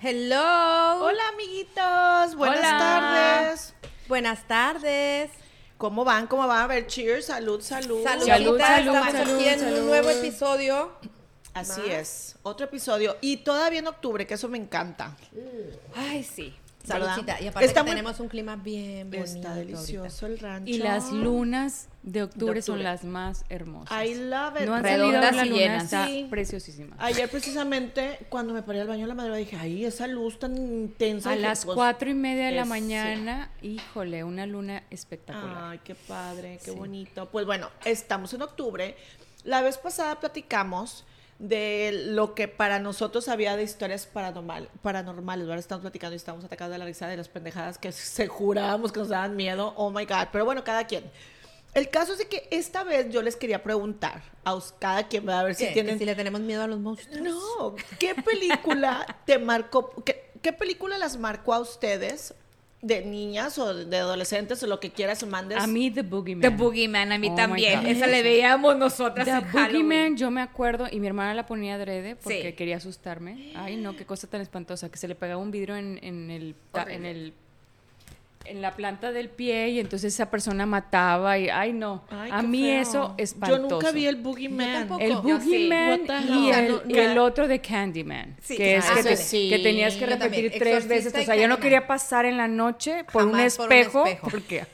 Hello. Hola amiguitos, buenas Hola. tardes. Buenas tardes. ¿Cómo van? ¿Cómo van? A ver, cheers, salud, salud. Saluditas, Salud, salud, estamos salud, aquí en salud. un nuevo episodio. Así es, otro episodio y todavía en octubre, que eso me encanta. Ay, sí. ¿Verdad? Saludcita. Y aparte Está que muy- tenemos un clima bien bonito. ahorita. Está delicioso el rancho. Y las lunas de octubre, De son octubre. las más hermosas. I love it. no han salido Redondas la y luna, llenas. está Sí. preciosísima. Ayer precisamente cuando me paré al baño de la madrugada dije, ay, esa luz tan intensa. A Dije, las pues, cuatro y media de la ese. mañana, híjole, una luna Ah, espectacular. Ay, qué padre, qué Sí. bonito. Pues bueno, estamos en octubre. La vez pasada platicamos de lo que para nosotros había de historias paranormal, paranormales. Ahora estamos platicando y estamos atacados de la risa de las pendejadas que se jurábamos que nos daban miedo. Oh my God. Pero bueno, cada quien. El caso es de que esta vez yo les quería preguntar a us- cada quien, a ver ¿Qué? si ¿Que tienen. si le tenemos miedo a los monstruos. No, ¿qué película te marcó? Qué, qué película las marcó a ustedes de niñas o de adolescentes o lo que quieras mandes? A mí The Boogeyman. The Boogeyman, a mí Oh my también. God. Esa le veíamos nosotras The en Halloween. Boogeyman, yo me acuerdo, y mi hermana la ponía adrede porque Sí. quería asustarme. Ay, no, qué cosa tan espantosa, que se le pegaba un vidrio en, en el, ta- en Horrible. el en la planta del pie y entonces esa persona mataba y ay no, Ay, a qué mí feo. eso espantoso. Yo nunca vi el Boogeyman. tampoco. El Yo Boogeyman sí. What the y, hell? el, O sea, no- y el otro de Candyman. Sí, que es ah, que, te- sí. que tenías que Yo también, repetir tres Exorcista veces. O y sea, yo no Candyman. quería pasar en la noche por, un Jamás por un espejo, espejo. porque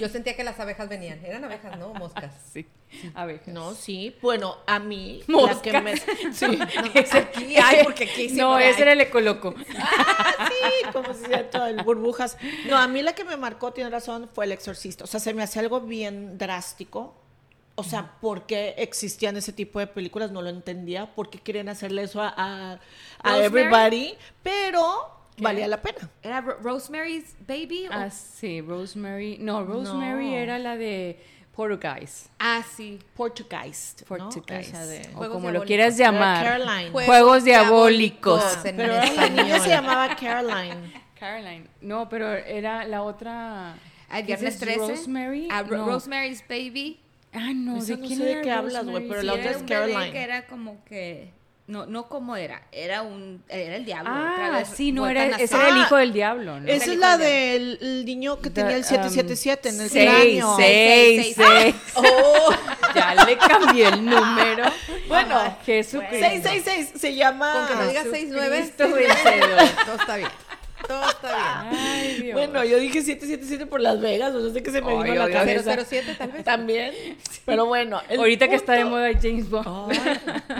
Yo sentía que las abejas venían. Eran abejas, ¿no? Moscas. sí, abejas. No, sí. Bueno, a mí la Moscas. que me sí, Ese- aquí hay, porque aquí sí, No, por ahí. ese era el ecoloco. Ah, sí, como si sea todo el burbujas. No, a mí la que me marcó tiene razón fue El Exorcista. O sea, se me hace algo bien drástico. O sea, ¿por qué existían ese tipo de películas? No lo entendía. ¿Por qué querían hacerle eso a, a, a Rosemary. everybody? Pero valía la pena. ¿Era Ro- Rosemary's Baby? o- Ah, sí, Rosemary. No, Rosemary No. era la de Poor Guys. Ah, sí. Portuguese. ¿no? Portugués, Esa de- o Juegos como lo diabólicos. quieras llamar. Caroline. Juegos Juegos diabólicos. en Pero la niña español. se llamaba Caroline. Caroline. No, pero era la otra. Ah, El viernes ¿Dices 13. Rosemary. Ah, Ro- No. Rosemary's Baby. Ah, no, Esa ¿de no quién sé de era qué hablas, güey, Rosemary? pero Sí, la Sí, otra es era era un- un Caroline. bebé que era como que... No, no como era. Era un... Era el diablo. otra Ah, vez sí, no, vuelta a era, nacer. ese era el Ah, hijo del diablo, ¿no? Esa es la del el niño que The, tenía el 777 en el um, seis, cráneo. seis, Seis, seis, seis. Oh, Ya le cambié el número. Ah, Bueno, Jesucristo. 666 se llama. Con que no digas 6-9. Jesucristo vencedor. Todo está bien. Todo está bien. Ay, Dios. Bueno, yo dije 777 por Las Vegas, no sé qué se me Ay, vino a la ay, cabeza. 007 tal vez. También. Pero bueno. el Ahorita que está de punto- moda James Bond.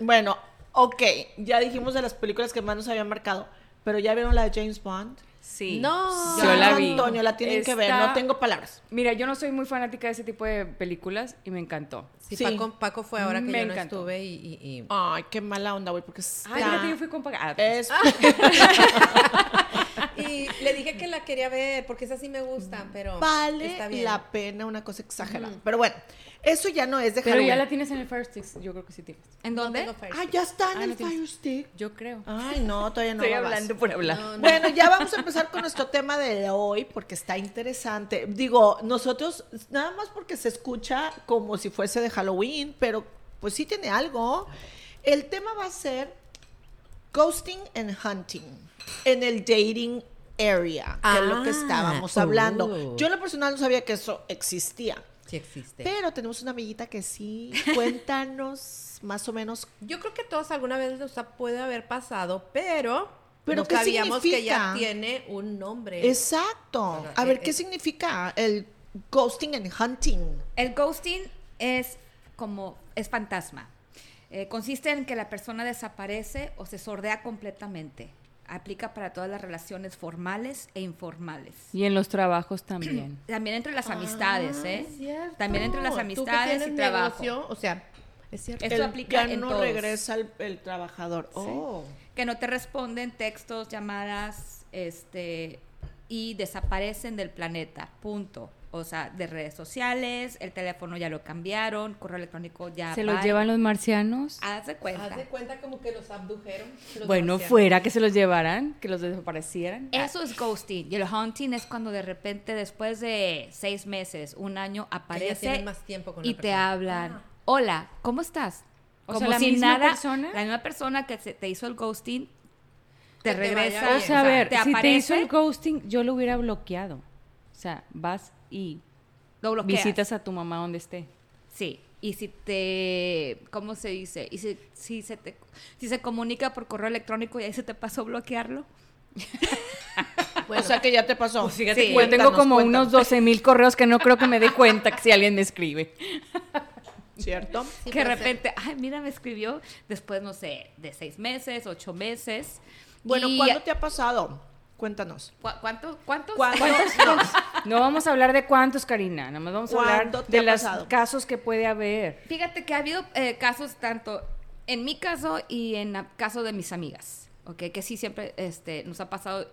Bueno, ok. Ya dijimos de las películas que más nos habían marcado. Pero ya vieron la de James Bond. Sí. No. Yo la vi. Antonio, la tienen que ver. Está- No tengo palabras. Mira, yo no soy muy fanática de ese tipo de películas y me encantó. Sí, Sí. Paco, Paco fue ahora que Me yo no encantó. estuve y... y- y- Ay, qué mala onda, güey, porque está. Ay, fíjate, yo fui con pag- ah, es... Y le dije que la quería ver porque esas sí me gustan, pero vale está bien. la pena, una cosa exagerada. Pero bueno, eso ya no es de Pero ya Halloween. la tienes en el Fire Sticks, yo creo que sí tienes. ¿En No dónde? tengo Fire Ah, ya está en Ah, el no tienes. Fire Stick. Yo creo. Ay, no, todavía Ah, no Estoy babas. hablando por hablar. No, no. Bueno, ya vamos a empezar con nuestro tema de hoy porque está interesante. Digo, nosotros, nada más porque se escucha como si fuese de Halloween, pero pues sí tiene algo. El tema va a ser ghosting and hunting en el dating area, que es lo que Ah, estábamos uh. hablando. Yo en lo personal no sabía que eso existía, Sí Este, existe. pero tenemos una amiguita que sí. Cuéntanos más o menos Yo creo que a todos alguna vez nos ha- puede haber pasado, pero, ¿Pero no qué sabíamos que significa? ya tiene un Eh, nombre. Exacto. Ajá, A ver, eh, ¿qué eh. significa el ghosting and hunting? El ghosting es como es fantasma. Eh, consiste en que la persona desaparece o se sordea completamente. Aplica para todas las relaciones formales e informales. Y en los trabajos también. También entre las amistades, ¿eh? También entre las Ah, Tú que amistades y tienes trabajo. negocio, o sea, es cierto. Esto El- aplica ya en no todos. regresa el, el trabajador. Oh. Que no te responden textos, llamadas, este y desaparecen del planeta. Punto. O sea, de redes sociales, el teléfono ya lo cambiaron, correo electrónico ya ¿Se los bye. llevan los marcianos? Haz de cuenta. Haz de cuenta como que los abdujeron. los bueno, marcianos. fuera que se los llevaran, que los desaparecieran. Eso es ghosting. Y el hunting es cuando de repente, después de seis meses, un año, aparece tienen más tiempo con la y te persona. Ah. hablan. Hola, ¿cómo estás? O sea, ¿la misma persona? La misma persona que se- te hizo el ghosting te Que te vaya regresa. bien. O sea, a ver, te si te hizo aparece, el ghosting, yo lo hubiera bloqueado. O sea, vas y lo bloqueas. visitas a tu mamá donde esté. Sí. Y si te, ¿cómo se dice? Y si, si se te, si se comunica por correo electrónico y ahí se te pasó bloquearlo. o sea que ya te pasó. fíjate Sí. que yo tengo Cuéntanos, como cuéntanos. unos 12 mil correos que no creo que me dé cuenta que si alguien me escribe. ¿Cierto? Sí, que de puede ser. repente, ay, mira, me escribió después, no sé, de seis meses, ocho meses. Bueno, Y- ¿cuándo te ha pasado? Cuéntanos. ¿cu- ¿Cuánto? ¿Cuántos? ¿Cuántos? No vamos a hablar de cuántos, Karina. Nada más vamos a ¿Cuánto hablar te de ha los pasado? casos que puede haber. Fíjate que ha habido eh, casos tanto en mi caso y en el caso de mis amigas, ¿ok? Que sí siempre este, nos ha pasado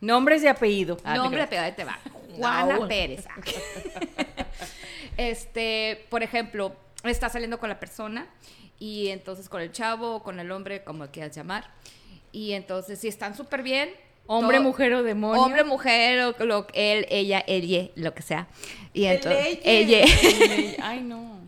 Nombres y apellido. Ah, te nombre, creo. pero ahí te va. Juana No. Pérez. Ah. este, por ejemplo, está saliendo con la persona y entonces con el chavo o con el hombre, como quieras llamar. Y entonces, si están súper bien. Hombre, todo- mujer o demonio. Hombre, mujer, o lo- él, ella, ella, lo que sea. Y El entonces, elle. elle. Ay, no.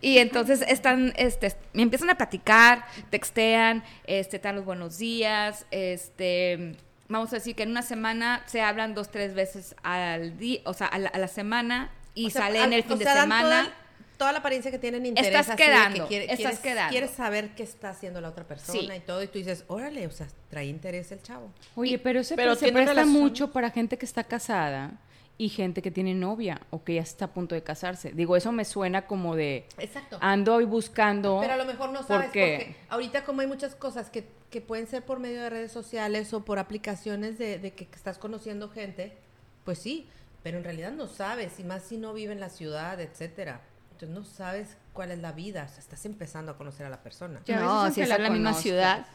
Y entonces están, este, me empiezan a platicar, textean, este, te dan los buenos días, este, vamos a decir que en una semana se hablan dos, tres veces al día, o sea, a la, a la semana y O sea, sale en al- el fin o de sea, dan toda semana. el- Toda, la apariencia que tienen interés Estás así de quedando, que quiere- estás quieres, quedando. quieres saber qué está haciendo la otra persona Sí. y todo y tú dices, "Órale, o sea, trae interés el chavo." Oye, pero se, pero se tiene presta relación. mucho para gente que está casada y gente que tiene novia o que ya está a punto de casarse. Digo, eso me suena como de Exacto. ando y buscando. Pero a lo mejor Ah, no sabes porque porque ahorita como hay muchas cosas que, que pueden ser por medio de redes sociales o por aplicaciones de, de que estás conociendo gente, pues sí, pero en realidad no sabes, y más si no vive en la ciudad, etcétera. Entonces no sabes cuál es la vida, o sea, estás empezando a conocer a la persona. Ya a veces no, aunque si es la en la misma conozcas. ciudad.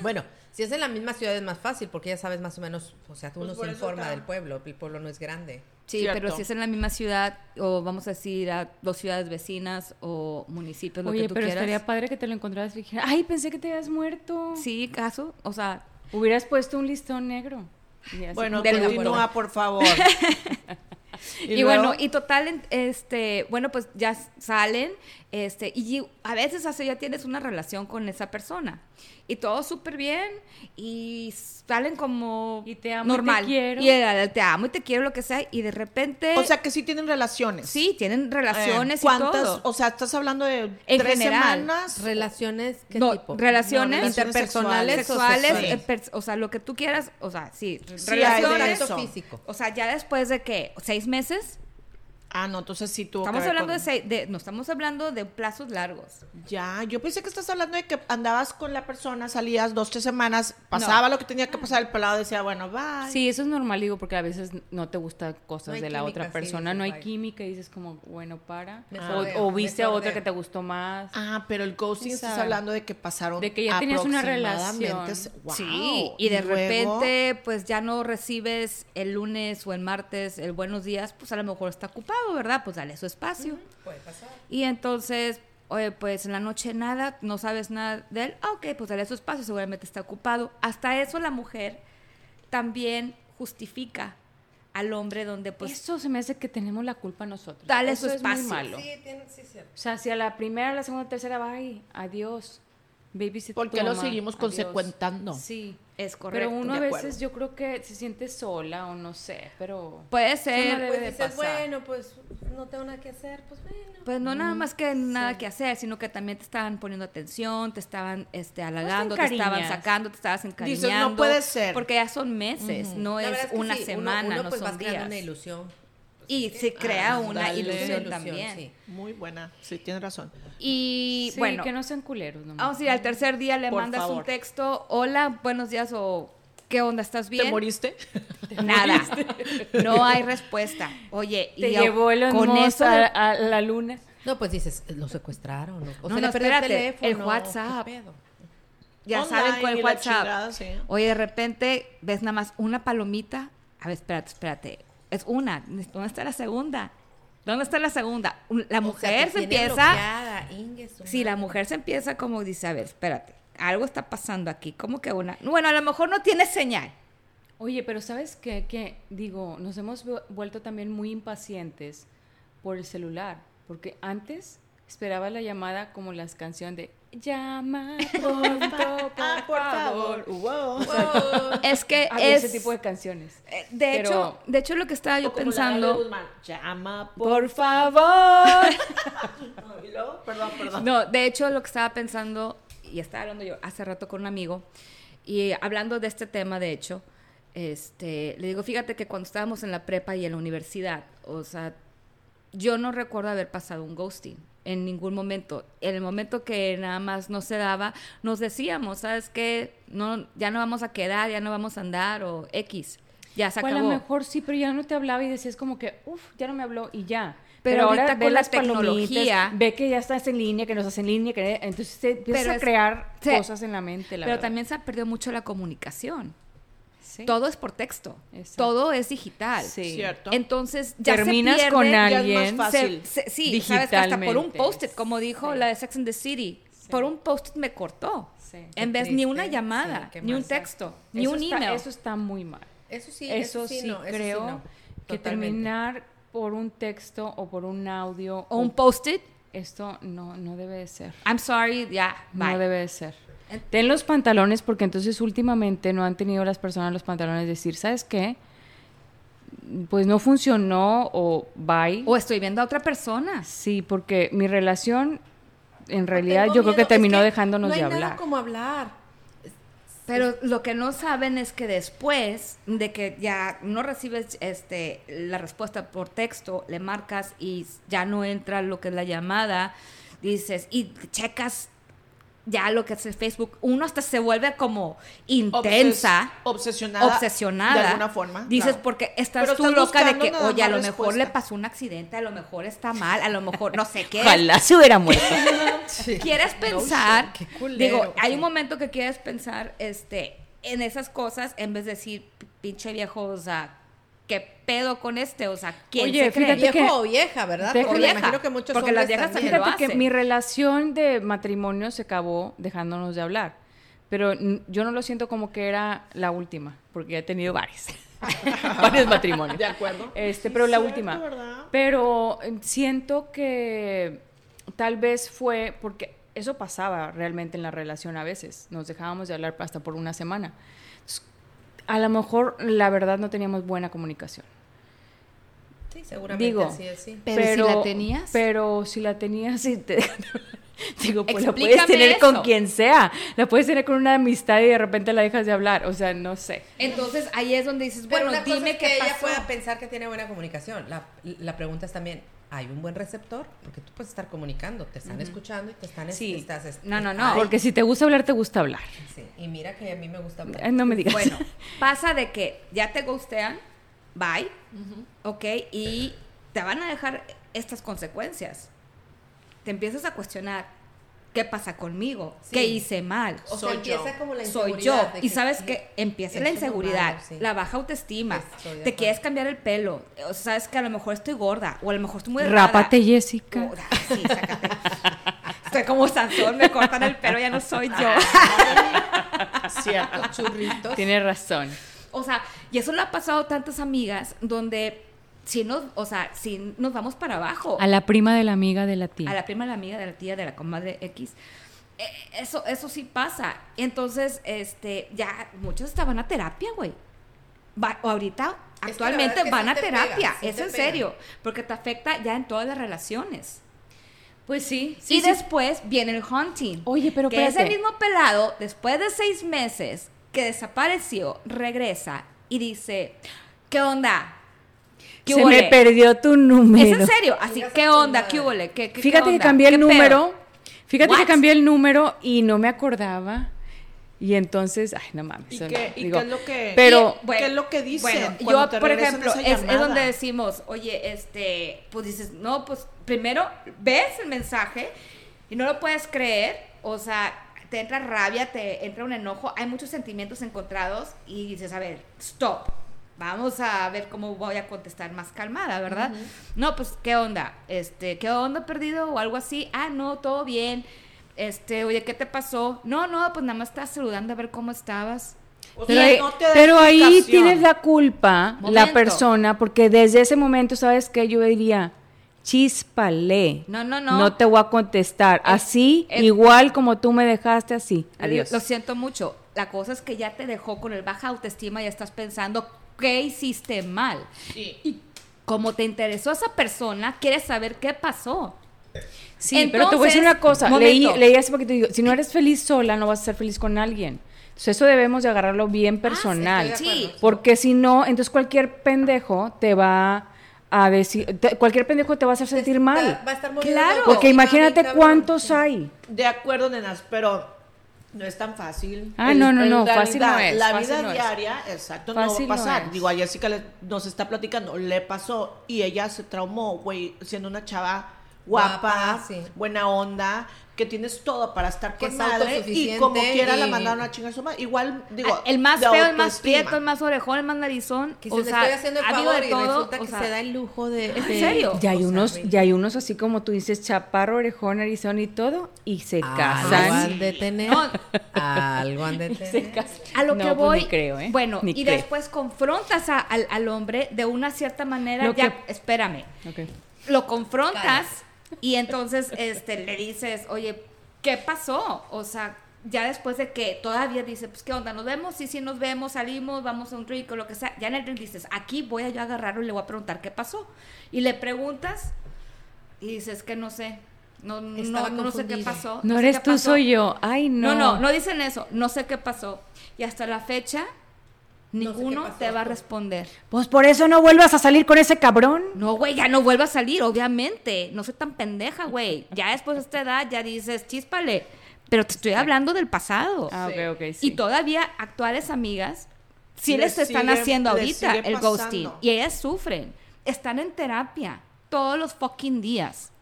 Bueno, si es en la misma ciudad es más fácil porque ya sabes más o menos, o sea, tú Pues uno por se eso informa está- del pueblo, el pueblo no es grande. Sí, Cierto. pero si es en la misma ciudad, o vamos a decir a dos ciudades vecinas o municipios, lo Oye, que tú pero quieras. estaría padre que te lo encontraras y dijeras, ay, pensé que te habías muerto. Sí, caso, o sea, Hubieras puesto un listón negro. Y así- Bueno, Del- continúa, por favor. Y, luego? bueno, y total, en- este, bueno, pues ya s- salen, este, y y a veces hace ya tienes una relación con esa persona. Y todo súper bien, y s- salen como Y te amo y te normal. quiero. el- el te amo y te quiero, lo que sea, y de repente, O sea que sí tienen relaciones. sí, tienen Eh, relaciones y ¿Cuántas? todo. O sea, estás hablando de En tres general, semanas. Relaciones qué No, tipo? relaciones No, interpersonales, relaciones sexuales, o sexuales. eh, pers- o sea, lo que tú quieras, o sea, sí, r- Sí, hay de relaciones. eso. Contacto físico. O sea, ya después de que, seis meses, Ah, no, entonces sí tuvo que estamos ver hablando de, con- seis, de, no, estamos hablando de plazos largos. Ya, yo pensé que estás hablando de que andabas con la persona, salías dos, tres semanas, pasaba lo que tenía que pasar, el pelado decía, bueno, bye. Sí, eso es normal, digo, porque a veces no te gustan No cosas hay de la química, otra sí, persona, dices, no hay "Ay". química y dices como, bueno, para. Me O- sordeo, o, me viste a otra sordeo. que te gustó más. Ah, pero el ghosting estás Exacto. hablando de que pasaron De que ya tenías una aproximadamente relación. se- Wow. Sí, y de luego, repente, pues ya no recibes el lunes o el martes el buenos días, pues a lo mejor está ocupado, ¿verdad? Pues dale su espacio. Puede pasar. Y entonces, oye, pues en la noche nada, no sabes nada de él, ah, ok, pues dale su espacio, seguramente está ocupado. Hasta eso la mujer también justifica al hombre donde pues... eso se me hace que tenemos la culpa nosotros. Dale eso su es muy espacio. malo. Sí, tiene, sí, es cierto. O sea, si a la primera, la segunda, tercera, bye, adiós. Babysit ¿Por Porque qué lo seguimos consecuentando? Sí. Es correcto, Pero uno a de acuerdo. veces yo creo que se siente sola o no sé, pero... Puede Eso no ser... debe Pues de dices, pasar. bueno, pues no tengo nada que hacer, pues bueno. Pues no nada más que nada que hacer, sino que también te estaban poniendo atención, te estaban este halagando, te, estaban encariñas. sacando, te estabas encariñando. puede ser. Porque ya son meses, no La es verdad que una sí, uno- semana, uno, no pues, son vas creando días. una ilusión. Y se crea Ah, una dale. ilusión Ilusión, también. sí. Muy buena, sí, tienes razón. Y Sí, bueno, que no sean culeros nomás. Ah, vamos a ir al tercer día, le Por mandas un favor. texto, hola, buenos días o qué onda, ¿estás bien? ¿Te moriste? Nada, no hay respuesta. Oye, Te y au- llevó el con eso... a, a la luna. No, pues dices, lo secuestraron. ¿no? O sea, No, no, le perdió el espérate, teléfono. el WhatsApp. ¿qué pedo? ya Online saben cuál y es la WhatsApp. chingada, sí. Oye, de repente ves nada más una palomita. A ver, espérate, espérate. Es una. ¿Dónde está la segunda? ¿Dónde está la segunda? Un- La O sea, mujer te se tiene empieza. bloqueada, Inge, su Sí, la madre. mujer se empieza como dice, a ver, espérate. Algo está pasando aquí. ¿Cómo que una? Bueno, a lo mejor no tiene señal. Oye, pero ¿sabes qué? Que, digo, nos hemos vu- vuelto también muy impacientes por el celular. Porque antes esperaba la llamada como las canciones de Llama pronto, Ah, por favor. Wow. Es que Había es... ese tipo de canciones. eh, de, Pero- hecho, de hecho, lo que estaba yo O como la de Ana pensando... Guzmán, Llama por... Por favor. y luego, Perdón, perdón. No, de hecho, lo que estaba pensando, y estaba hablando yo hace rato con un amigo, y hablando de este tema, de hecho, este, le digo, fíjate que cuando estábamos en la prepa y en la universidad, o sea, yo no recuerdo haber pasado un ghosting en ningún momento. En el momento que nada más no se daba, nos decíamos, ¿sabes qué? No, ya no vamos a quedar, ya no vamos a andar, o X. Ya se O a acabó. lo mejor sí, pero ya no te hablaba y decías como que, uff, ya no me habló y ya. Pero ahorita ve con la las palomitas, tecnología- Ve que ya estás en línea, que no estás en línea, que entonces te empiezas Pero a es- crear sí. cosas en la mente, la Pero verdad. también se ha perdido mucho la comunicación. Sí. Todo es por texto. Exacto. Todo es digital. Sí. Cierto. Entonces ya Terminas se pierde, con ya es alguien. más se- fácil. se- sí, sabes que hasta por un Digitalmente. post-it, como dijo Sí. la de Sex and the City, por un post-it me cortó. Sí. Qué en vez ni una triste, sí, llamada, qué ni un mal, sí. texto, ni Eso un está- email. Eso está muy mal. Eso sí, eso, sí, no, eso creo no. que Totalmente. terminar por un texto o por un audio o un post-it, esto no no debe de ser. I'm sorry, ya, bye. No debe de ser. En- Ten los pantalones porque entonces últimamente no han tenido las personas los pantalones de decir, ¿sabes qué? Pues no funcionó o bye. o estoy viendo a otra persona. Sí, porque mi relación en realidad Tengo yo creo miedo, que es terminó dejándonos no hay de nada hablar. como hablar. Pero lo que no saben es que después de que ya no recibes este la respuesta por texto, le marcas y ya no entra lo que es la llamada, dices y checas ya lo que es el Facebook, uno hasta se vuelve como intensa, Obses- obsesionada. obsesionada. De alguna forma. Dices claro. porque estás Pero tú estás loca de buscando que, nada oye, a más lo mejor respuesta". le pasó un accidente, a lo mejor está mal, a lo mejor no sé qué. Ojalá se hubiera muerto. quieres pensar, qué culero, digo, hay un sí. momento que quieres pensar este, en esas cosas en vez de decir, pinche viejo, o sea, ¿qué pedo con este? O sea, ¿quién Oye, se cree? fíjate Viejo que- o vieja, ¿verdad? Deja- Porque vieja, imagino que muchos porque las hombres viejas también. también lo Fíjate que hacen. mi relación de matrimonio se acabó dejándonos de hablar, pero n- yo no lo siento como que era la última, porque ya he tenido varios, varios matrimonios. De acuerdo. Este, Sí, pero la cierto, última. ¿verdad? Pero eh, siento que tal vez fue porque eso pasaba realmente en la relación a veces. Nos dejábamos de hablar hasta por una semana. Entonces, a lo mejor la verdad no teníamos buena comunicación. Sí, seguramente Digo, así es, sí. Pero si la tenías. Pero si la tenías y te... Digo, pues la puedes Explícame tener con eso. quien sea. La puedes tener con una amistad y de repente la dejas de hablar. O sea, no sé. Entonces ahí es donde dices, Pero bueno, una cosa dime es qué que ella pasó. pueda pensar que tiene buena comunicación. La, la pregunta es también, ¿hay un buen receptor? Porque tú puedes estar comunicando, te están escuchando y te están... es- Sí. estás, es- No, no, no. Ay, Porque si te gusta hablar, te gusta hablar. sí. Y mira que a mí me gusta... hablar. Eh, No me digas. Bueno, pasa de que ya te gustean, bye, ok, y te van a dejar estas consecuencias. Te empiezas a cuestionar, ¿qué pasa conmigo? Sí. ¿Qué hice mal? O sea, soy yo. empieza como la soy inseguridad. yo. de Y que- sabes que empieza Eso la es lo inseguridad, malo, sí. la baja autoestima. Estoy de te acuerdo. quieres cambiar el pelo. O sea, sabes que a lo mejor estoy gorda o a lo mejor estoy muy rara. Rápate, Jessica. O- ah, sí, sácate. Estoy como Sansón, me cortan el pelo, ya no soy yo. Ah, Cierto. Churritos. Tienes razón. O sea, y eso lo ha pasado a tantas amigas donde si nos, o sea, si nos vamos para abajo. A la prima de la amiga de la tía. A la prima, de la amiga, de la tía, de la comadre X. Eh, Eso, eso sí pasa. Entonces, este, ya muchos hasta van a terapia, güey. Va- o ahorita, que la actualmente verdad es que van sí a te terapia. pega, sí es te en pega. serio. Porque te afecta ya en todas las relaciones. Pues sí. y después viene el hunting. Oye, pero que ese espérate. mismo pelado, después de seis meses que desapareció, regresa y dice, ¿qué onda? ¿Qué Se hubo me le?" perdió tu número. Es en serio, así, Chingas a ¿qué tu onda? madre. ¿Qué hubo le? ¿Qué, qué- qué Fíjate que onda? cambié el ¿Qué pedo?" número. Fíjate que What? cambié el número y no me acordaba. Y entonces, ay, no mames. ¿Y eso qué- no, y qué es lo que- Pero, Y, bueno, ¿Qué es lo que dicen Bueno, cuando yo, te por regresan ejemplo, esa es, es llamada? donde decimos, oye, este, pues dices, no, pues primero ves el mensaje y no lo puedes creer, o sea, te entra rabia, te entra un enojo, hay muchos sentimientos encontrados y dices, a ver, stop, vamos a ver cómo voy a contestar más calmada, ¿verdad? No, pues, ¿qué onda? Este, ¿qué onda perdido o algo así? Ah, no, todo bien. Este, oye, ¿qué te pasó? No, no, pues nada más estás saludando a ver cómo estabas. O pero, sea, ahí- no te da pero ahí explicación. tienes la culpa, la Momento. persona, porque desde ese momento, ¿sabes qué? Yo diría, chispale. No, no, no. No te voy a contestar. así, es- igual como tú me dejaste así. Adiós. Lo siento mucho. La cosa es que ya te dejó con el baja autoestima y estás pensando qué hiciste mal. Y como te interesó esa persona, quieres saber qué pasó. Sí, pero te voy a decir Entonces, una cosa. Leí, momento. leí hace poquito y digo, si no eres feliz sola, no vas a ser feliz con alguien. Entonces eso debemos de agarrarlo bien personal. estoy de Ah, Sí. acuerdo. Porque si no, entonces cualquier pendejo te va a decir, te- cualquier pendejo te va a hacer sentir mal. Va a estar moviendo Claro. la Porque autoestima, imagínate mi cabrón. cuántos hay. De acuerdo, nenas, pero no es tan fácil. Ah, no, no, no, fácil no es, La fácil vida no es. diaria, exacto, Fácil no va no a pasar. es. Digo, a Jessica le- nos está platicando, le pasó y ella se traumó, güey, siendo una chava guapa, Guapa, sí. buena onda, que tienes todo para estar Que con es madre y autosuficiente como quiera la y- mandaron a chingar a su madre. Igual, digo, Ah, el más de feo, el más autoestima. prieto, el más orejón, el más narizón. Que o se le sea, estoy haciendo el ha habido favor de y todo, resulta o que sea, se da el lujo de... ¿en de- serio? Y hay O sea, unos, güey. y hay unos así como tú dices, chaparro, orejón, arizón y todo, y se Ah, Algo casan. han de tener. No. Algo han de tener. A lo No, que pues, voy, ni creo, ¿eh? bueno, Ni y creo. después confrontas a- al, al hombre de una cierta manera, Lo ya, que- espérame, Ok. lo confrontas y entonces este, le dices, oye, ¿qué pasó? O sea, ya después de que todavía dice, pues, ¿qué onda? ¿Nos vemos? Sí, sí, nos vemos, salimos, vamos a un drink o lo que sea. Ya en el drink dices, aquí voy a yo agarrarlo y le voy a preguntar qué pasó. Y le preguntas y dices que no sé, no, no, Estaba no sé qué confundida. pasó. No sé eres qué tú, pasó". soy yo. Ay, no. No, no, no dicen eso. No sé qué pasó. Y hasta la fecha, No sé ninguno qué pasó. te va a responder. Pues por eso no vuelvas a salir con ese cabrón. No, güey, ya no vuelva a salir, obviamente. No soy tan pendeja, güey. Ya después de esta edad ya dices, chispale. Pero te estoy hablando del pasado. Ah, Sí. ok, ok, sí. Y todavía actuales amigas sí Le les están sigue- haciendo le ahorita sigue el pasando. ghosting. Y ellas sufren. Están en terapia todos los fucking días.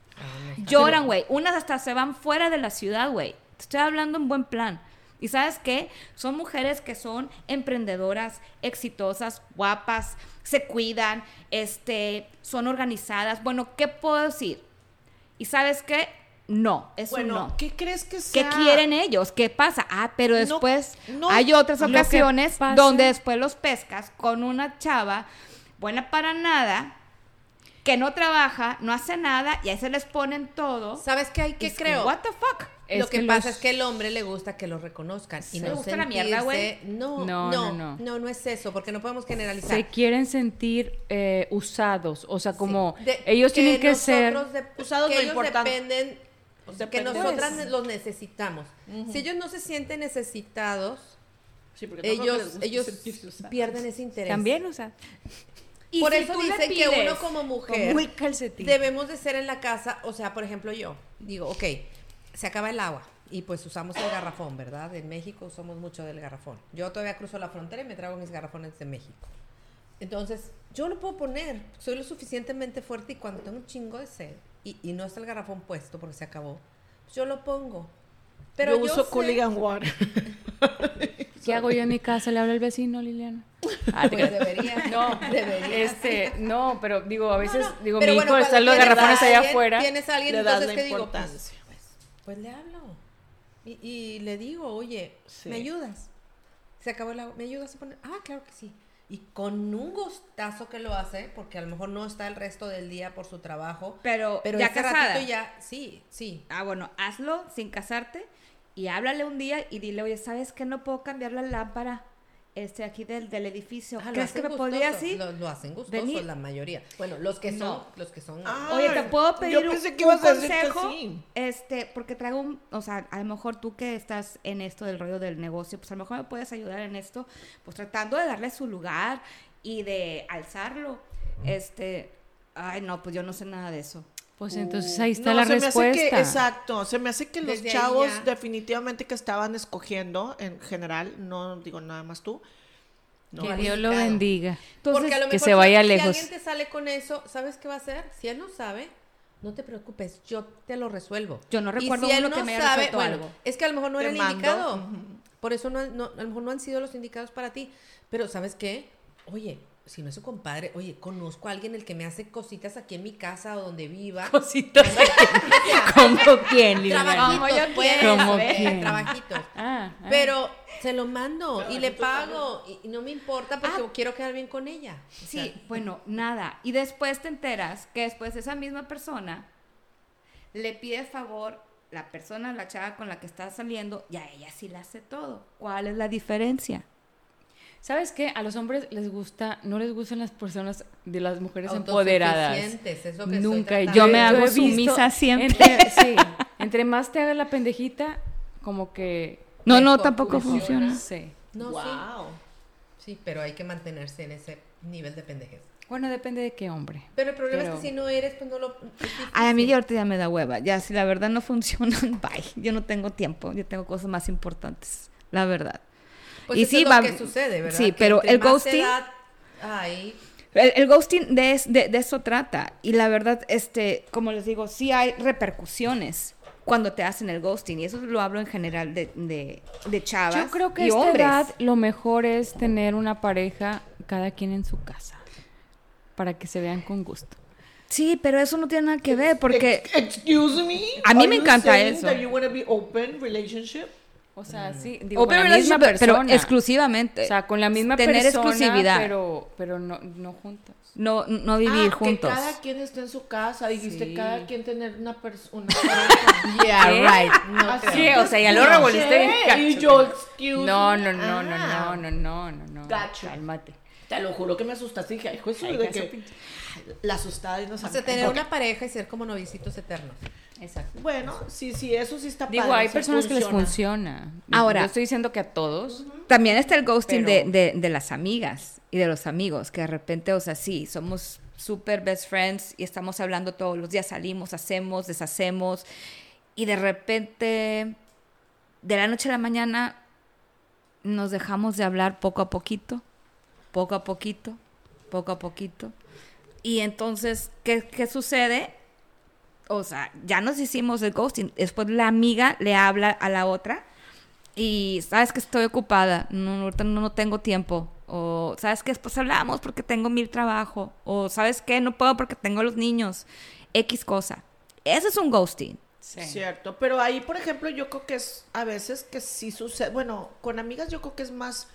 Lloran, güey. Unas hasta se van fuera de la ciudad, güey. Te estoy hablando en buen plan. Y sabes qué? Son mujeres que son emprendedoras, exitosas, guapas, se cuidan, este, son organizadas. Bueno, ¿qué puedo decir? Y sabes qué? No, es un Bueno, no. ¿qué crees que ¿Qué sea? quieren ellos? ¿Qué pasa? Ah, pero No, después no. hay otras Lo que ocasiones pasa- donde después los pescas con una chava buena para nada, que no trabaja, no hace nada y ahí se les ponen todo. ¿Sabes qué hay que Es- creo? What the fuck? lo Es que, que pasa los- es que el hombre le gusta que lo reconozcan y ¿Te no gusta la mierda, güey? sentirse- No No, no no, no, no. no, es eso, porque no podemos generalizar. Se quieren sentir eh, usados, o sea, como Sí. De- ellos tienen que ser... nosotros de- Usados que no ellos importan. dependen, o sea, que Dependen. nosotras Pues. los necesitamos. Si ellos no se sienten necesitados, Sí, porque no creo que les ellos guste ellos sentirse usados. pierden ese interés. También, o sea, Y Por si eso tú le dicen que pides- uno como mujer como el calcetín. debemos de ser en la casa, o sea, por ejemplo yo, digo, ok, se acaba el agua y pues usamos el garrafón, ¿verdad? En México usamos mucho del garrafón. Yo todavía cruzo la frontera y me traigo mis garrafones de México. Entonces, yo lo puedo poner, soy lo suficientemente fuerte y cuando tengo un chingo de sed y, y no está el garrafón puesto porque se acabó, pues, yo lo pongo. Pero yo, yo uso sé- Cooligan Water. ¿Qué hago yo en mi casa? ¿Le hablo al vecino, Liliana? Ah, te Pues creas. debería. No, debería. este, no, pero digo, a veces, No, no, digo, pero mi bueno, hijo está en cuando los tienes garrafones a allá alguien- afuera. Tienes a alguien, Le das entonces, la ¿qué digo? Pues, importancia. pues, pues le hablo. Y, y le digo, oye, Sí. ¿me ayudas? Se acabó el agua. ¿Me ayudas a poner? Ah, claro que sí. Y con un gustazo que lo hace, porque a lo mejor no está el resto del día por su trabajo. Pero, Pero ya ese casada. ratito ya, sí, sí. Ah, bueno, hazlo sin casarte y háblale un día y dile, oye, ¿sabes qué? No puedo cambiar la lámpara este, aquí del, del edificio. Ah, lo ¿Crees que hacen me podría gustoso, así? Lo, lo hacen gustoso Venir. la mayoría. Bueno, los que son, No. los que son. Ah, Oye, ¿te Ay, puedo yo pedir un, pensé que un ibas a decir que consejo? sí. Este, porque traigo un, o sea, a lo mejor tú que estás en esto del rollo del negocio, pues a lo mejor me puedes ayudar en esto, pues tratando de darle su lugar y de alzarlo. Este, ay, no, pues yo no sé nada de eso. Pues entonces ahí está No, la se me hace que- respuesta. exacto, se me hace que los Desde ahí chavos ya. definitivamente que estaban escogiendo en general, no digo nada más tú. No, Que Qué Dios lo complicado. bendiga. Entonces, Porque a lo que mejor se vaya si, lejos. Si alguien te sale con eso, ¿sabes qué va a hacer? Si él no sabe, no te preocupes, yo te lo resuelvo. Yo no Y recuerdo si uno él que no me haya sabe, resuelto bueno, algo. Es que a lo mejor no Te era el mando, indicado. ujú. Por eso no, no- a lo mejor no han sido los indicados para ti. Pero ¿sabes qué? Oye, si no es su compadre, oye, conozco a alguien el que me hace cositas aquí en mi casa o donde viva. Cositas. ¿Cómo quién, Liliana? Trabajitos, Como yo pues, quiero Como eh, quién. trabajitos. Ah, ah. Pero Se lo mando y le pago y, y no me importa porque quiero quedar bien con ella. O sea, Ah. Sí, bueno, nada. Y después te enteras que después esa misma persona le pide favor la persona, la chava con la que está saliendo, y a ella sí le hace todo. ¿Cuál es la diferencia? ¿Sabes qué? A los hombres les gusta, no les gustan las personas de las mujeres empoderadas. Autosuficientes, es lo que estoy Nunca. tratando Yo de- me hago he visto- sumisa siempre. Entre, sí, entre más te hagas la pendejita, como que. No, Te no, tampoco funciona. funciona. Sí. No, sí. wow. Sí, pero hay que mantenerse en ese nivel de pendejez. Bueno, depende de qué hombre. Pero el problema es Pero- que si no eres, pues no lo... Ay, a mí ya ahorita ya me da hueva. Ya, si la verdad no funcionan, bye. Yo no tengo tiempo. Yo tengo cosas más importantes. La verdad. Pues y eso sí, es va- lo que sucede, ¿verdad? sí, Que pero entre el más ghosting- edad hay, El, el ghosting de, es- de- de eso trata. Y la verdad, este, como les digo, sí hay repercusiones cuando te hacen el ghosting. Y eso lo hablo en general de, de, de chavas. Yo creo que a y esta hombres. edad lo mejor es tener una pareja cada quien en su casa para que se vean con gusto. Sí, pero eso no tiene nada que ver porque Ex- Excuse me. A mí are me you encanta saying eso. That you wanna be open relationship? O sea, sí, o digo, con la misma pero, persona. exclusivamente. o sea, con la misma tener persona, exclusividad. pero pero no no juntas. No, no vivir Ah, juntos. Que cada quien esté en su casa. Dijiste Sí. cada quien tener una persona. Así Yeah, ¿Qué? right. No Así creo. Sí, o sea, ya lo que- revolviste bien ¿Qué? gacho. Y yo, excuse No, me. no, no, no, Ah. no, no, no, no, no. Gacho. Cálmate. Te lo juro que me asustaste. Dije, hijo, eso Ay, de gacho, que. pinche. La asustada y no O sabe. sea, tener Ok. una pareja y ser como novicitos eternos. Exacto. Bueno, sí, sí, eso sí está Digo, padre, hay sí personas que les funciona. funciona. Ahora- Yo estoy diciendo que a todos. También está el ghosting de- Pero- de, de las amigas y de los amigos, que de repente, o sea, sí, somos super best friends y estamos hablando todos los días, salimos, hacemos, deshacemos, y de repente, de la noche a la mañana, nos dejamos de hablar poco a poquito, poco a poquito, poco a poquito. Y entonces, ¿qué, qué sucede? O sea, ya nos hicimos el ghosting. Después la amiga le habla a la otra y sabes que estoy ocupada, no, no, ahorita no, no tengo tiempo. O sabes que después hablamos porque tengo mil trabajo. O sabes que no puedo porque tengo los niños. X cosa. Eso es un ghosting. Cierto, pero ahí, por ejemplo, yo creo que es a veces que sí sucede. Bueno, con amigas yo creo que es más,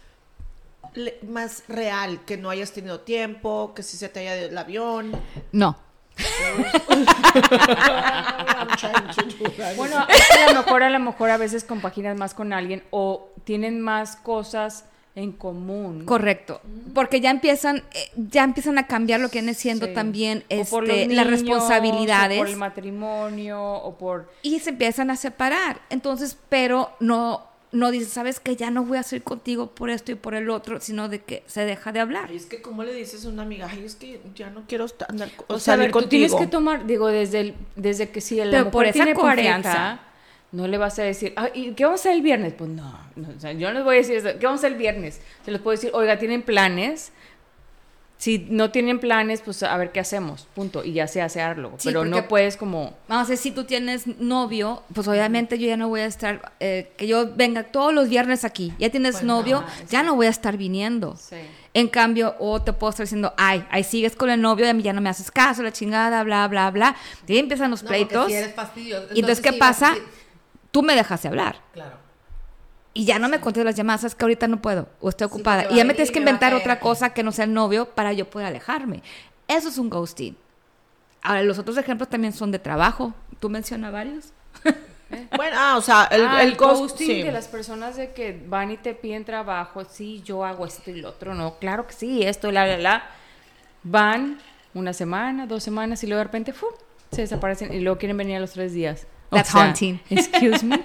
le- más real que no hayas tenido tiempo, que sí se te haya ido el avión. No. Ah, I'm trying to do that. Bueno, es que a lo mejor a lo mejor a veces compaginas más con alguien o tienen más cosas en común. Correcto. Porque ya empiezan, eh, ya empiezan a cambiar lo que viene siendo Sí. también O este, por los las niños, responsabilidades. o por el matrimonio o por y se empiezan a separar. Entonces, pero no, no dices, sabes que ya no voy a salir contigo por esto y por el otro, sino de que se deja de hablar. Ay, es que cómo le dices a una amiga, ay, es que ya no quiero esta- andar co- O sea, Pues, a salir ver, tú tienes contigo". que tomar, digo, desde el, desde que si la Pero mujer por esa tiene confianza. pareja, no le vas a decir, "Ah, ¿y qué vamos a hacer el viernes? Pues no, no, o sea, yo no les voy a decir eso, ¿qué vamos a hacer el viernes? Se les puedo decir, oiga, ¿tienen planes? Si no tienen planes, pues a ver qué hacemos, punto, y ya se hace algo, Sí, pero no porque- puedes como... Vamos a decir, si tú tienes novio, pues obviamente yo ya no voy a estar, eh, que yo venga todos los viernes aquí, ya tienes Pues no, novio, ya no voy a estar viniendo. En cambio, o te puedo estar diciendo, ay, ahí sigues con el novio, a mí ya no me haces caso, la chingada, bla, bla, bla. Y ahí empiezan los No, porque pleitos. si eres fastidioso. y entonces, ¿qué sí, vas a pasa? decir- Tú me dejas de hablar. Claro. y ya no me contestas las llamadas, sabes que ahorita no puedo, o estoy ocupada. porque va y ya a me venir tienes y que me va a inventar caer otra aquí. cosa que no sea el novio para yo poder alejarme. Eso es un ghosting. Ahora, los otros ejemplos también son de trabajo. ¿Tú mencionas varios? Bueno, ah, o sea, el, Ah, el ghost- ghosting sí. de las personas de que van y te piden trabajo, sí, yo hago esto y lo otro, no, claro que sí, esto, la, la, la. Van una semana, dos semanas y luego de repente ¡fu! se desaparecen y luego quieren venir a los tres días. O That's sea, haunting. Excuse me.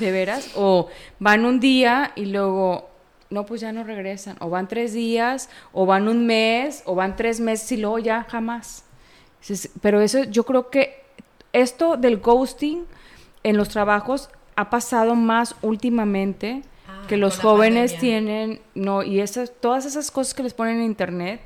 ¿De veras? O van un día y luego, no, pues ya no regresan. O van tres días, o van un mes, o van tres meses y luego ya jamás. Entonces, Pero eso yo creo que esto del ghosting en los trabajos ha pasado más últimamente Ah, que con los la jóvenes pandemia. tienen, no, y esas, todas esas cosas que les ponen en internet,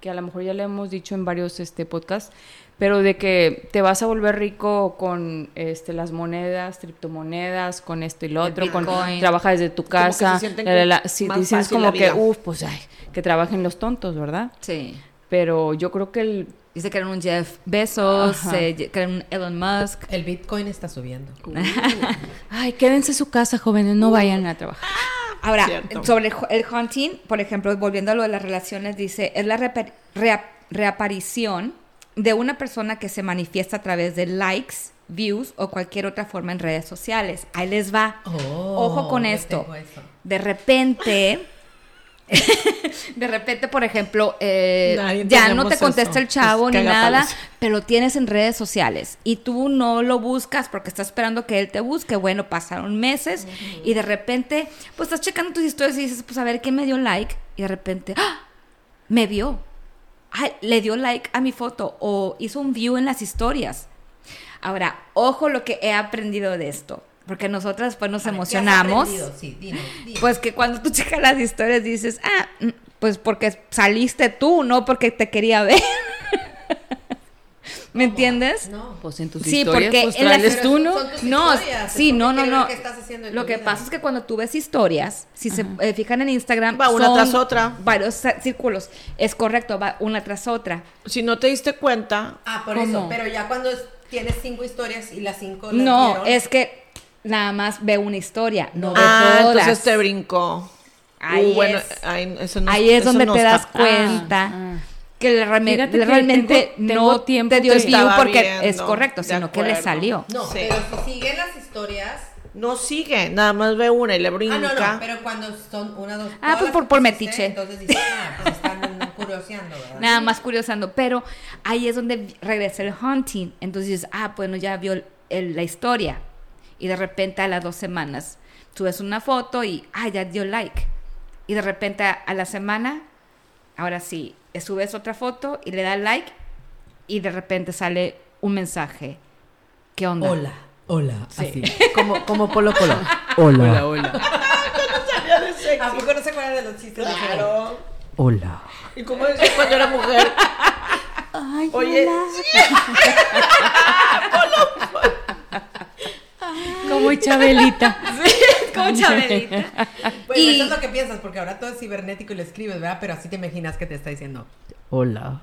que a lo mejor ya le hemos dicho en varios este, podcasts, pero de que te vas a volver rico con este, las monedas, criptomonedas, con esto y lo El otro, con Bitcoin. trabaja desde tu que se casa, sienten la, la, la. que Sí, más dices fácil como la que, vida. uff, pues ay, que trabajen los tontos, ¿verdad? Sí. Pero yo creo que el... Dice que eran un Jeff Bezos, Ajá. eh, que eran un Elon Musk. El Bitcoin está subiendo. Ay, quédense en su casa, jóvenes, no vayan a trabajar. Ah, Ahora, Cierto. sobre el, ju- el hunting, por ejemplo, volviendo a lo de las relaciones, dice, es la repa- rea- reaparición de una persona que se manifiesta a través de likes, views o cualquier otra forma en redes sociales. Ahí les va. Oh, Ojo con yo esto. tengo eso. De repente... De repente, por ejemplo, eh, Nadie ya no tenemos te contesta eso. el chavo Es ni nada, cagapalos. pero lo tienes en redes sociales y tú no lo buscas porque estás esperando que él te busque. Bueno, pasaron meses y de repente, pues estás checando tus historias y dices, pues a ver quién me dio like y de repente, ¡ah! Me vio. Ay, le dio like a mi foto o hizo un view en las historias. Ahora, ojo lo que he aprendido de esto, porque nosotras pues nos A ver, ¿qué has emocionamos. aprendido? Sí, dinos, dinos. Pues que cuando tú checas las historias dices, ah, mm, pues porque saliste tú, no porque te quería ver. ¿Me entiendes? No. Pues en tus Sí, historias, porque pues en las- tráeles tú, ¿no? Son tus No, historias, sí, es no, porque quiero no, ver no. qué estás haciendo en Lo tu que vida. pasa es que cuando tú ves historias, si se eh, fijan en Instagram, Va una son tras otra. Varios sa- círculos. Es correcto, va una tras otra. Si no te diste cuenta, Ah, por eso. ¿Cómo? Pero ya cuando es- tienes cinco historias y las cinco las No, vieron, es que nada más ve una historia, no ve ah, todas. entonces te brincó. Ahí Uh, bueno, es. ahí, eso no- Ahí es eso donde no te está- das cuenta ah. que le- realme- Fíjate que realmente tengo- no tengo tiempo te dio que el view estaba porque viendo, es correcto, de sino que le acuerdo. salió. No, Sí. pero si siguen las historias. No sigue, nada más ve una y le brinca. Ah, no, no, pero cuando son una, dos. todas Ah, pues las por- que por pusiste, metiche. Entonces dices, ah, pues están curioseando, ¿verdad? Nada más curiosando, pero ahí es donde vi- regresa el hunting. Entonces, dices, ah, bueno, ya vio el- el- la historia. Y de repente a las dos semanas subes una foto y, ah, ya dio like. Y de repente a, a la semana, ahora sí, eh, subes otra foto y le das like y de repente sale un mensaje. ¿Qué onda? Hola, hola, así. Como, como Polo Polo. Hola, hola. ¿A poco no se acuerdan de los chistes? de Fernando? Claro. hola. ¿Y cómo decía cuando era mujer? Ay, Oye, Como Chabelita. Como Chabelita. Pues Y- eso es lo que piensas, porque ahora todo es cibernético y lo escribes, ¿verdad? Pero así te imaginas que te está diciendo. Hola.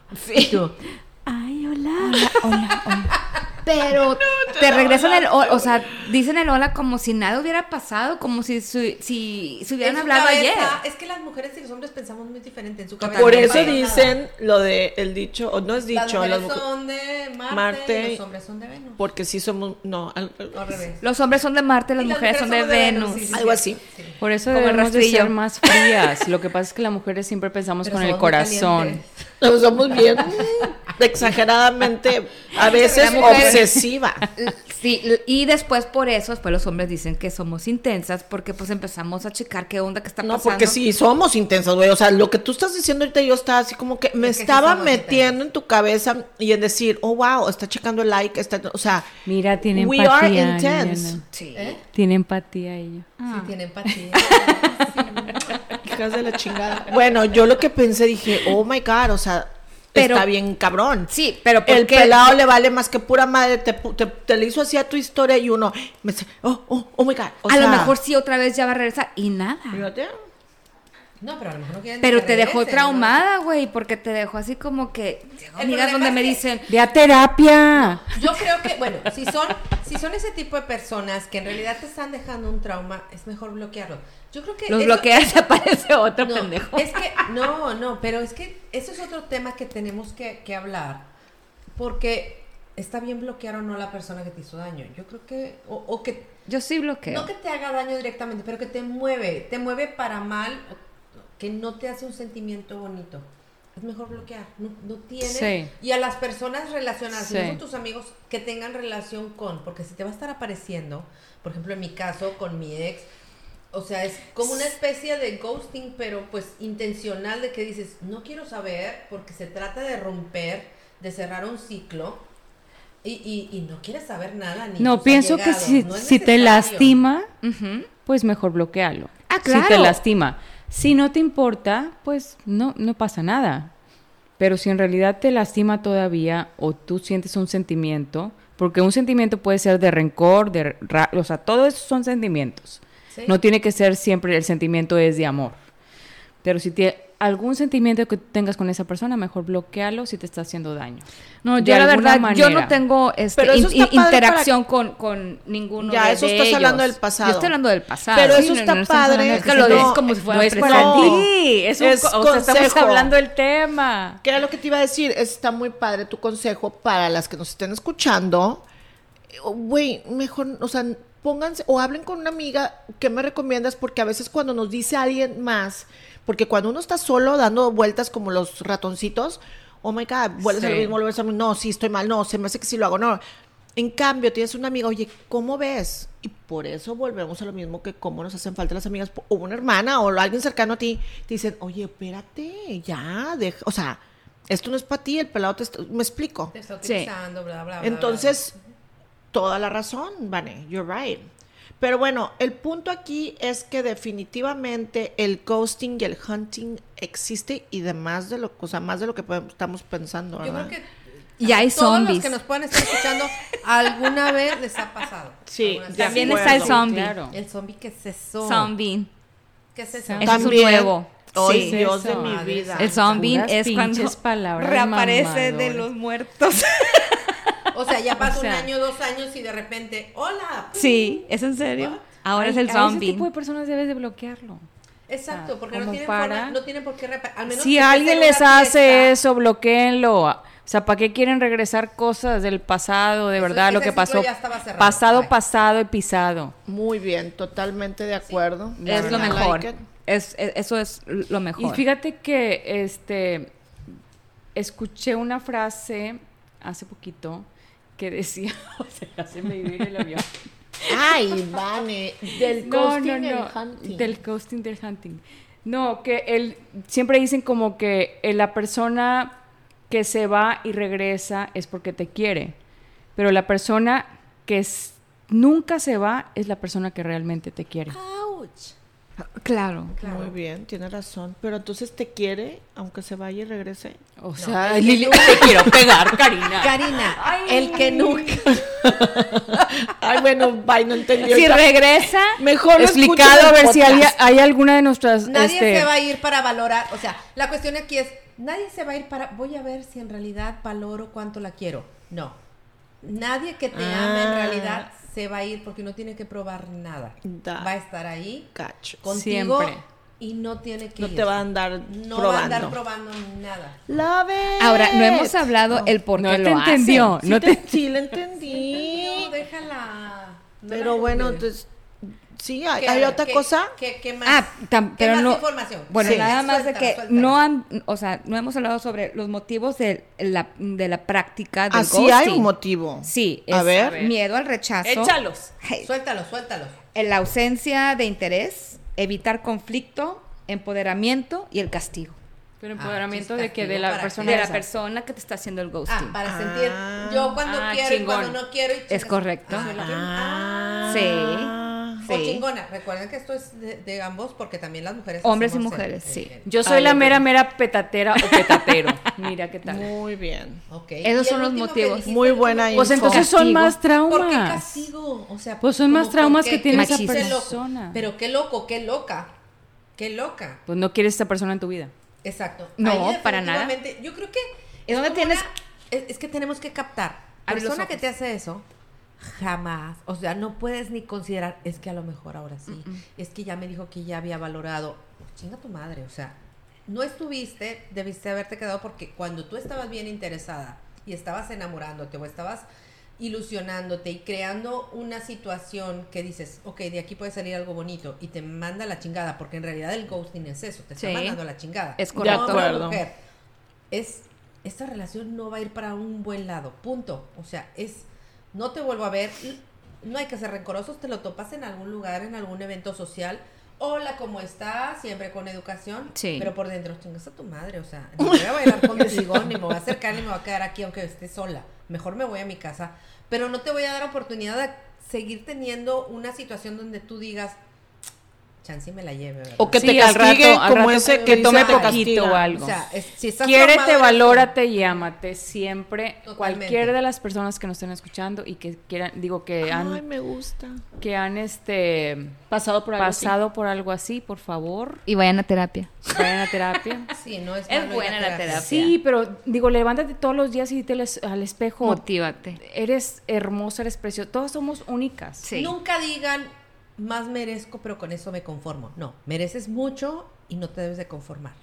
Ay, hola. Hola, hola, Pero te regresan el o, o sea, dicen el hola como si nada hubiera pasado, como si su- si se hubieran En su hablado cabeza, ayer. Es que las mujeres y los hombres pensamos muy diferente en su cabeza. por no eso pasa nada. dicen lo de el dicho, o no es Las dicho, mujeres las mujeres- son de Marte, Marte. y los hombres son de Venus. porque sí somos, no, al- Al revés. Los hombres son de Marte, las, Y mujeres, son de, Venus. sí, sí, algo sí. así. Por eso Como el debemos de rastrillo. ser más frías. Lo que pasa es que las mujeres siempre pensamos Pero con el somos muy corazón. calientes. Nos somos bien exageradamente, a veces La mujer- obsesiva. L- Sí, l- y después por eso, después los hombres dicen que somos intensas porque pues empezamos a checar qué onda que está No, pasando. porque sí, somos intensas, güey. O sea, lo que tú estás diciendo ahorita yo estaba así como que me Es que sí estaba somos metiendo en tu cabeza y en decir, oh, wow, está checando el like, está, o sea, Mira, tiene We empatía. are intense. Liliana. Sí. ¿Eh? Tiene empatía ella. Ah. Sí, tiene empatía. hijas de la chingada. Bueno, yo lo que pensé dije, oh my God, o sea, Pero- está bien cabrón. Sí, pero ¿por El qué? pelado le vale más que pura madre, te, pu- te, te le hizo así a tu historia y uno, me dice, oh, oh, oh my God. O a sea, lo mejor sí otra vez ya va a regresar y nada. Fíjate. No, pero a lo mejor no quieren Pero que te dejó regresen, traumada, güey, porque te dejó así como que El amigas problema donde es me que- dicen, ¡Ve a terapia! ¿no? Yo creo que, bueno, si son, si son ese tipo de personas que en realidad te están dejando un trauma, es mejor bloquearlo. Yo creo que. los eso- bloqueas y aparece otro No, pendejo. Es que, no, no, pero es que eso es otro tema que tenemos que, que hablar. Porque está bien bloquear o no a la persona que te hizo daño. Yo creo que. O, o que. Yo sí bloqueo. No que te haga daño directamente, pero que te mueve. Te mueve para mal, o- que no te hace un sentimiento bonito. Es mejor bloquear. No, no tienes. Sí. Y a las personas relacionadas, si no Sí. son tus amigos, que tengan relación con. Porque si te va a estar apareciendo, por ejemplo, en mi caso, con mi ex. O sea, es como una especie de ghosting, pero pues intencional de que dices, no quiero saber porque se trata de romper, de cerrar un ciclo y, y, y no quieres saber nada. Ni No, tus pienso que allegados, si, no es si te necesario. lastima, Ujú. pues mejor bloquealo. Ah, Si te claro. lastima. Si no te importa, pues no, no pasa nada. Pero si en realidad te lastima todavía o tú sientes un sentimiento, porque un sentimiento puede ser de rencor, de ra- o sea, todo eso son sentimientos. Sí. No tiene que ser siempre el sentimiento es de amor. Pero si te algún sentimiento que tengas con esa persona, mejor bloquealo si te está haciendo daño. No, De yo la alguna verdad, yo manera. no tengo este, Pero eso in- está in- padre interacción con, con ninguno Ya, de eso estás hablando ellos. del pasado. Yo estoy hablando del pasado. Pero Sí, eso no, está no estamos padre. hablando de que lo No, ves como si fuera no es presente. para ti. Sí, es un Es co- o sea, estamos consejo. hablando del tema. Que era lo que te iba a decir, está muy padre tu consejo para las que nos estén escuchando. Eh, Güey, mejor, o sea, pónganse o hablen con una amiga, ¿qué me recomiendas? Porque a veces cuando nos dice alguien más, porque cuando uno está solo dando vueltas como los ratoncitos, oh my god, vuelves a lo Sí. mismo, vuelves a lo mismo, no, sí estoy mal, no, se me hace que sí lo hago, no. En cambio, tienes una amiga, oye, ¿cómo ves? Y por eso volvemos a lo mismo que cómo nos hacen falta las amigas, o una hermana o alguien cercano a ti, te dicen, oye, espérate, ya, deja, o sea, esto no es para ti, el pelado te está- me explico. Te está Sí. utilizando, bla, bla, bla. Entonces, toda la razón, Vane, you're right. Pero bueno, el punto aquí es que definitivamente el ghosting y el hunting existe y demás de lo, o sea, más de lo que podemos- estamos pensando, bla. Yo ¿verdad? creo que Y hay todos zombies. los que nos puedan estar escuchando, alguna vez les ha pasado. Sí, Alguna de También acuerdo. está el zombie. Claro. El zombie, ¿qué es eso? Zombie. ¿Qué es eso? Zombie. Eso es un nuevo. Ay, Sí. Dios de Eso, mi madre vida. santa. El zombie Puras es cuando pinches palabras reaparece de mamadoras. los muertos. O sea, ya pasa un sea- año, dos años y de repente, hola. sí, ¿es en serio? Ahora Ay, es el a zombie. ese tipo de personas debes de bloquearlo. Exacto, porque no como tienen, para- forma- no tienen por qué repa- al menos Si que alguien estés en les una hace fiesta. eso, bloquéenlo. O sea, ¿para qué quieren regresar cosas del pasado, de Eso- verdad, lo ese que ciclo pasó? ya estaba cerrado. Pasado, Bye. pasado y pisado. Muy bien, totalmente de acuerdo. La es lo I like mejor. it. Es, es- eso es lo mejor. Y fíjate que este escuché una frase hace poquito que decía, o sea, se me vino el avión. Ay, Vane, del ghosting y el hunting. Del ghosting del hunting. No, que él siempre dicen como que eh, la persona que se va y regresa es porque te quiere, pero la persona que es- nunca se va es la persona que realmente te quiere. claro. Muy bien, tiene razón. Pero entonces te quiere, aunque se vaya y regrese. O sea, Lili, te quiero pegar, Karina. Karina, el que nunca. Ay, bueno, bye, no entendí. Si Ahorita- regresa, Mejor lo Explicado escuchen a en ver si hay, podcast. hay alguna de nuestras. Nadie este, se va a ir para valorar. O sea, la cuestión aquí es, nadie se va a ir para. Voy a ver si en realidad valoro cuánto la quiero. No. Nadie que te ame en Ah. realidad se va a ir porque no tiene que probar nada. Da. Va a estar ahí Cacho. contigo Siempre. y no tiene que No ir. te va a andar No probando. va a andar probando nada. Love it. ahora no hemos hablado el por No qué te lo hacen. entendió. Sí, no te- te- sí la entendí. No, déjala. No Pero la- bueno, entonces. Sí, hay, ¿Qué- hay otra qué- cosa. ¿Qué, qué más? Ah, tam- ¿Qué pero más no. información? Bueno, Sí. nada más Suéltala, de que suéltala. no han, o sea, no hemos hablado sobre los motivos de la, de la práctica del Así ghosting. Ah, hay un motivo. Sí, A es ver. miedo al rechazo. Échalos. Ay, Suéltalos, suéltalos. La ausencia de interés, evitar conflicto, empoderamiento y el castigo. Pero empoderamiento de que Ah, castigo de la para persona. que- De la esa. persona que te está haciendo el Ah, ghosting. para Ah. sentir yo cuando Ah, quiero y cuando chingón. no quiero. Y pues Es chingas. correcto. Ah, yo lo quiero. Ah. Sí. O Sí. chingona. Recuerden que esto es de, de ambos porque también las mujeres. Hombres y hacemos mujeres, el- sí. el- el- Yo soy Ay, la ok. mera, mera petatera o petatero. Mira qué tal. Muy bien. Ok. Esos ¿Y el son los último que motivos. dijiste, Muy el último? buena Pues info. entonces son Castigo. más traumas. ¿Por qué castigo? O sea, Pues son más como, traumas ¿por que qué? tiene Qué esa loco. persona. Pero qué loco, qué loca. Qué loca. Pues no quieres esa persona en tu vida. Exacto. No, para nada. definitivamente, Yo creo que. ¿En dónde como tienes- es, es que tenemos que captar. La Abre los persona que ojos. te hace eso, jamás. O sea, no puedes ni considerar. Es que a lo mejor ahora sí. Es que ya me dijo que ya había valorado. Pues, chinga tu madre. O sea, no estuviste, debiste haberte quedado porque cuando tú estabas bien interesada y estabas enamorándote o estabas ilusionándote y creando una situación que dices, ok, de aquí puede salir algo bonito y te manda a la chingada, porque en realidad el ghosting es eso, te está Sí. mandando a la chingada. Es No, correcto. no, De acuerdo. mujer. Es, esta relación no va a ir para un buen lado, punto. O sea, es, no te vuelvo a ver, no hay que ser rencorosos, te lo topas en algún lugar, en algún evento social. Hola, ¿cómo estás? Siempre con educación. Sí. Pero por dentro, chingas a tu madre, o sea, ni voy a bailar contigo, ni me voy a acercar, ni me voy a quedar aquí aunque esté sola. Mejor me voy a mi casa. Pero no te voy a dar oportunidad de seguir teniendo una situación donde tú digas, chance y me la lleve, ¿verdad? O que Sí, te al castigue rato- al como rato ese que que te tome castiga. poquito o algo. O sea, es- si estás traumado, Quiérete, eres- valórate y ámate siempre. Totalmente. Cualquier de las personas que nos estén escuchando y que quieran, digo, Eh, que han, Ay, me gusta. que han este, Pasado por algo así. pasado por algo así, por favor, Y vayan a terapia. vayan a terapia. Sí, no es, Es malo ir a buena la terapia. Sí, pero digo, levántate todos los días y te al espejo. Motívate. Eres hermosa, eres preciosa. Todas somos únicas. Sí. Nunca digan más merezco, pero con eso me conformo. No, mereces mucho y no te debes de conformar.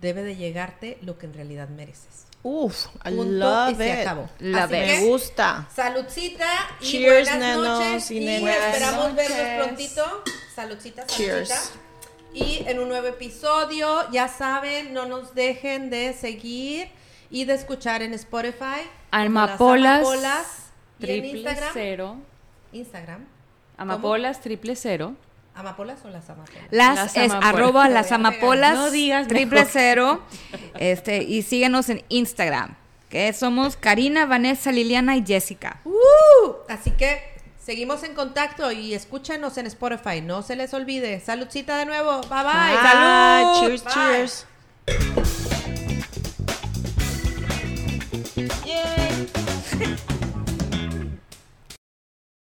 Debe de llegarte lo que en realidad mereces. Uf, I Punto love y se it. acabó. Love Así it. Me que, gusta. Saludcita y Cheers, buenas nenos noches y y, nenas. esperamos Buenas verlos noches. prontito. Saludcita, saludcita. Cheers. Y en un nuevo episodio, ya saben, no nos dejen de seguir y de escuchar en Spotify. Amapolas, Como las amapolas y en triple Instagram. cero. Instagram. Amapolas triple cero. ¿Amapolas o las amapolas? Las, Las es amapolas. arroba las Lo voy a pegar. amapolas No digas triple mejor. cero este y síguenos en Instagram que somos Karina, Vanessa, Liliana y Jessica. ¡Uh! Así que seguimos en contacto y escúchenos en Spotify. No se les olvide. Saludcita de nuevo. Bye bye. Bye. Salud. Cheers, Bye. cheers.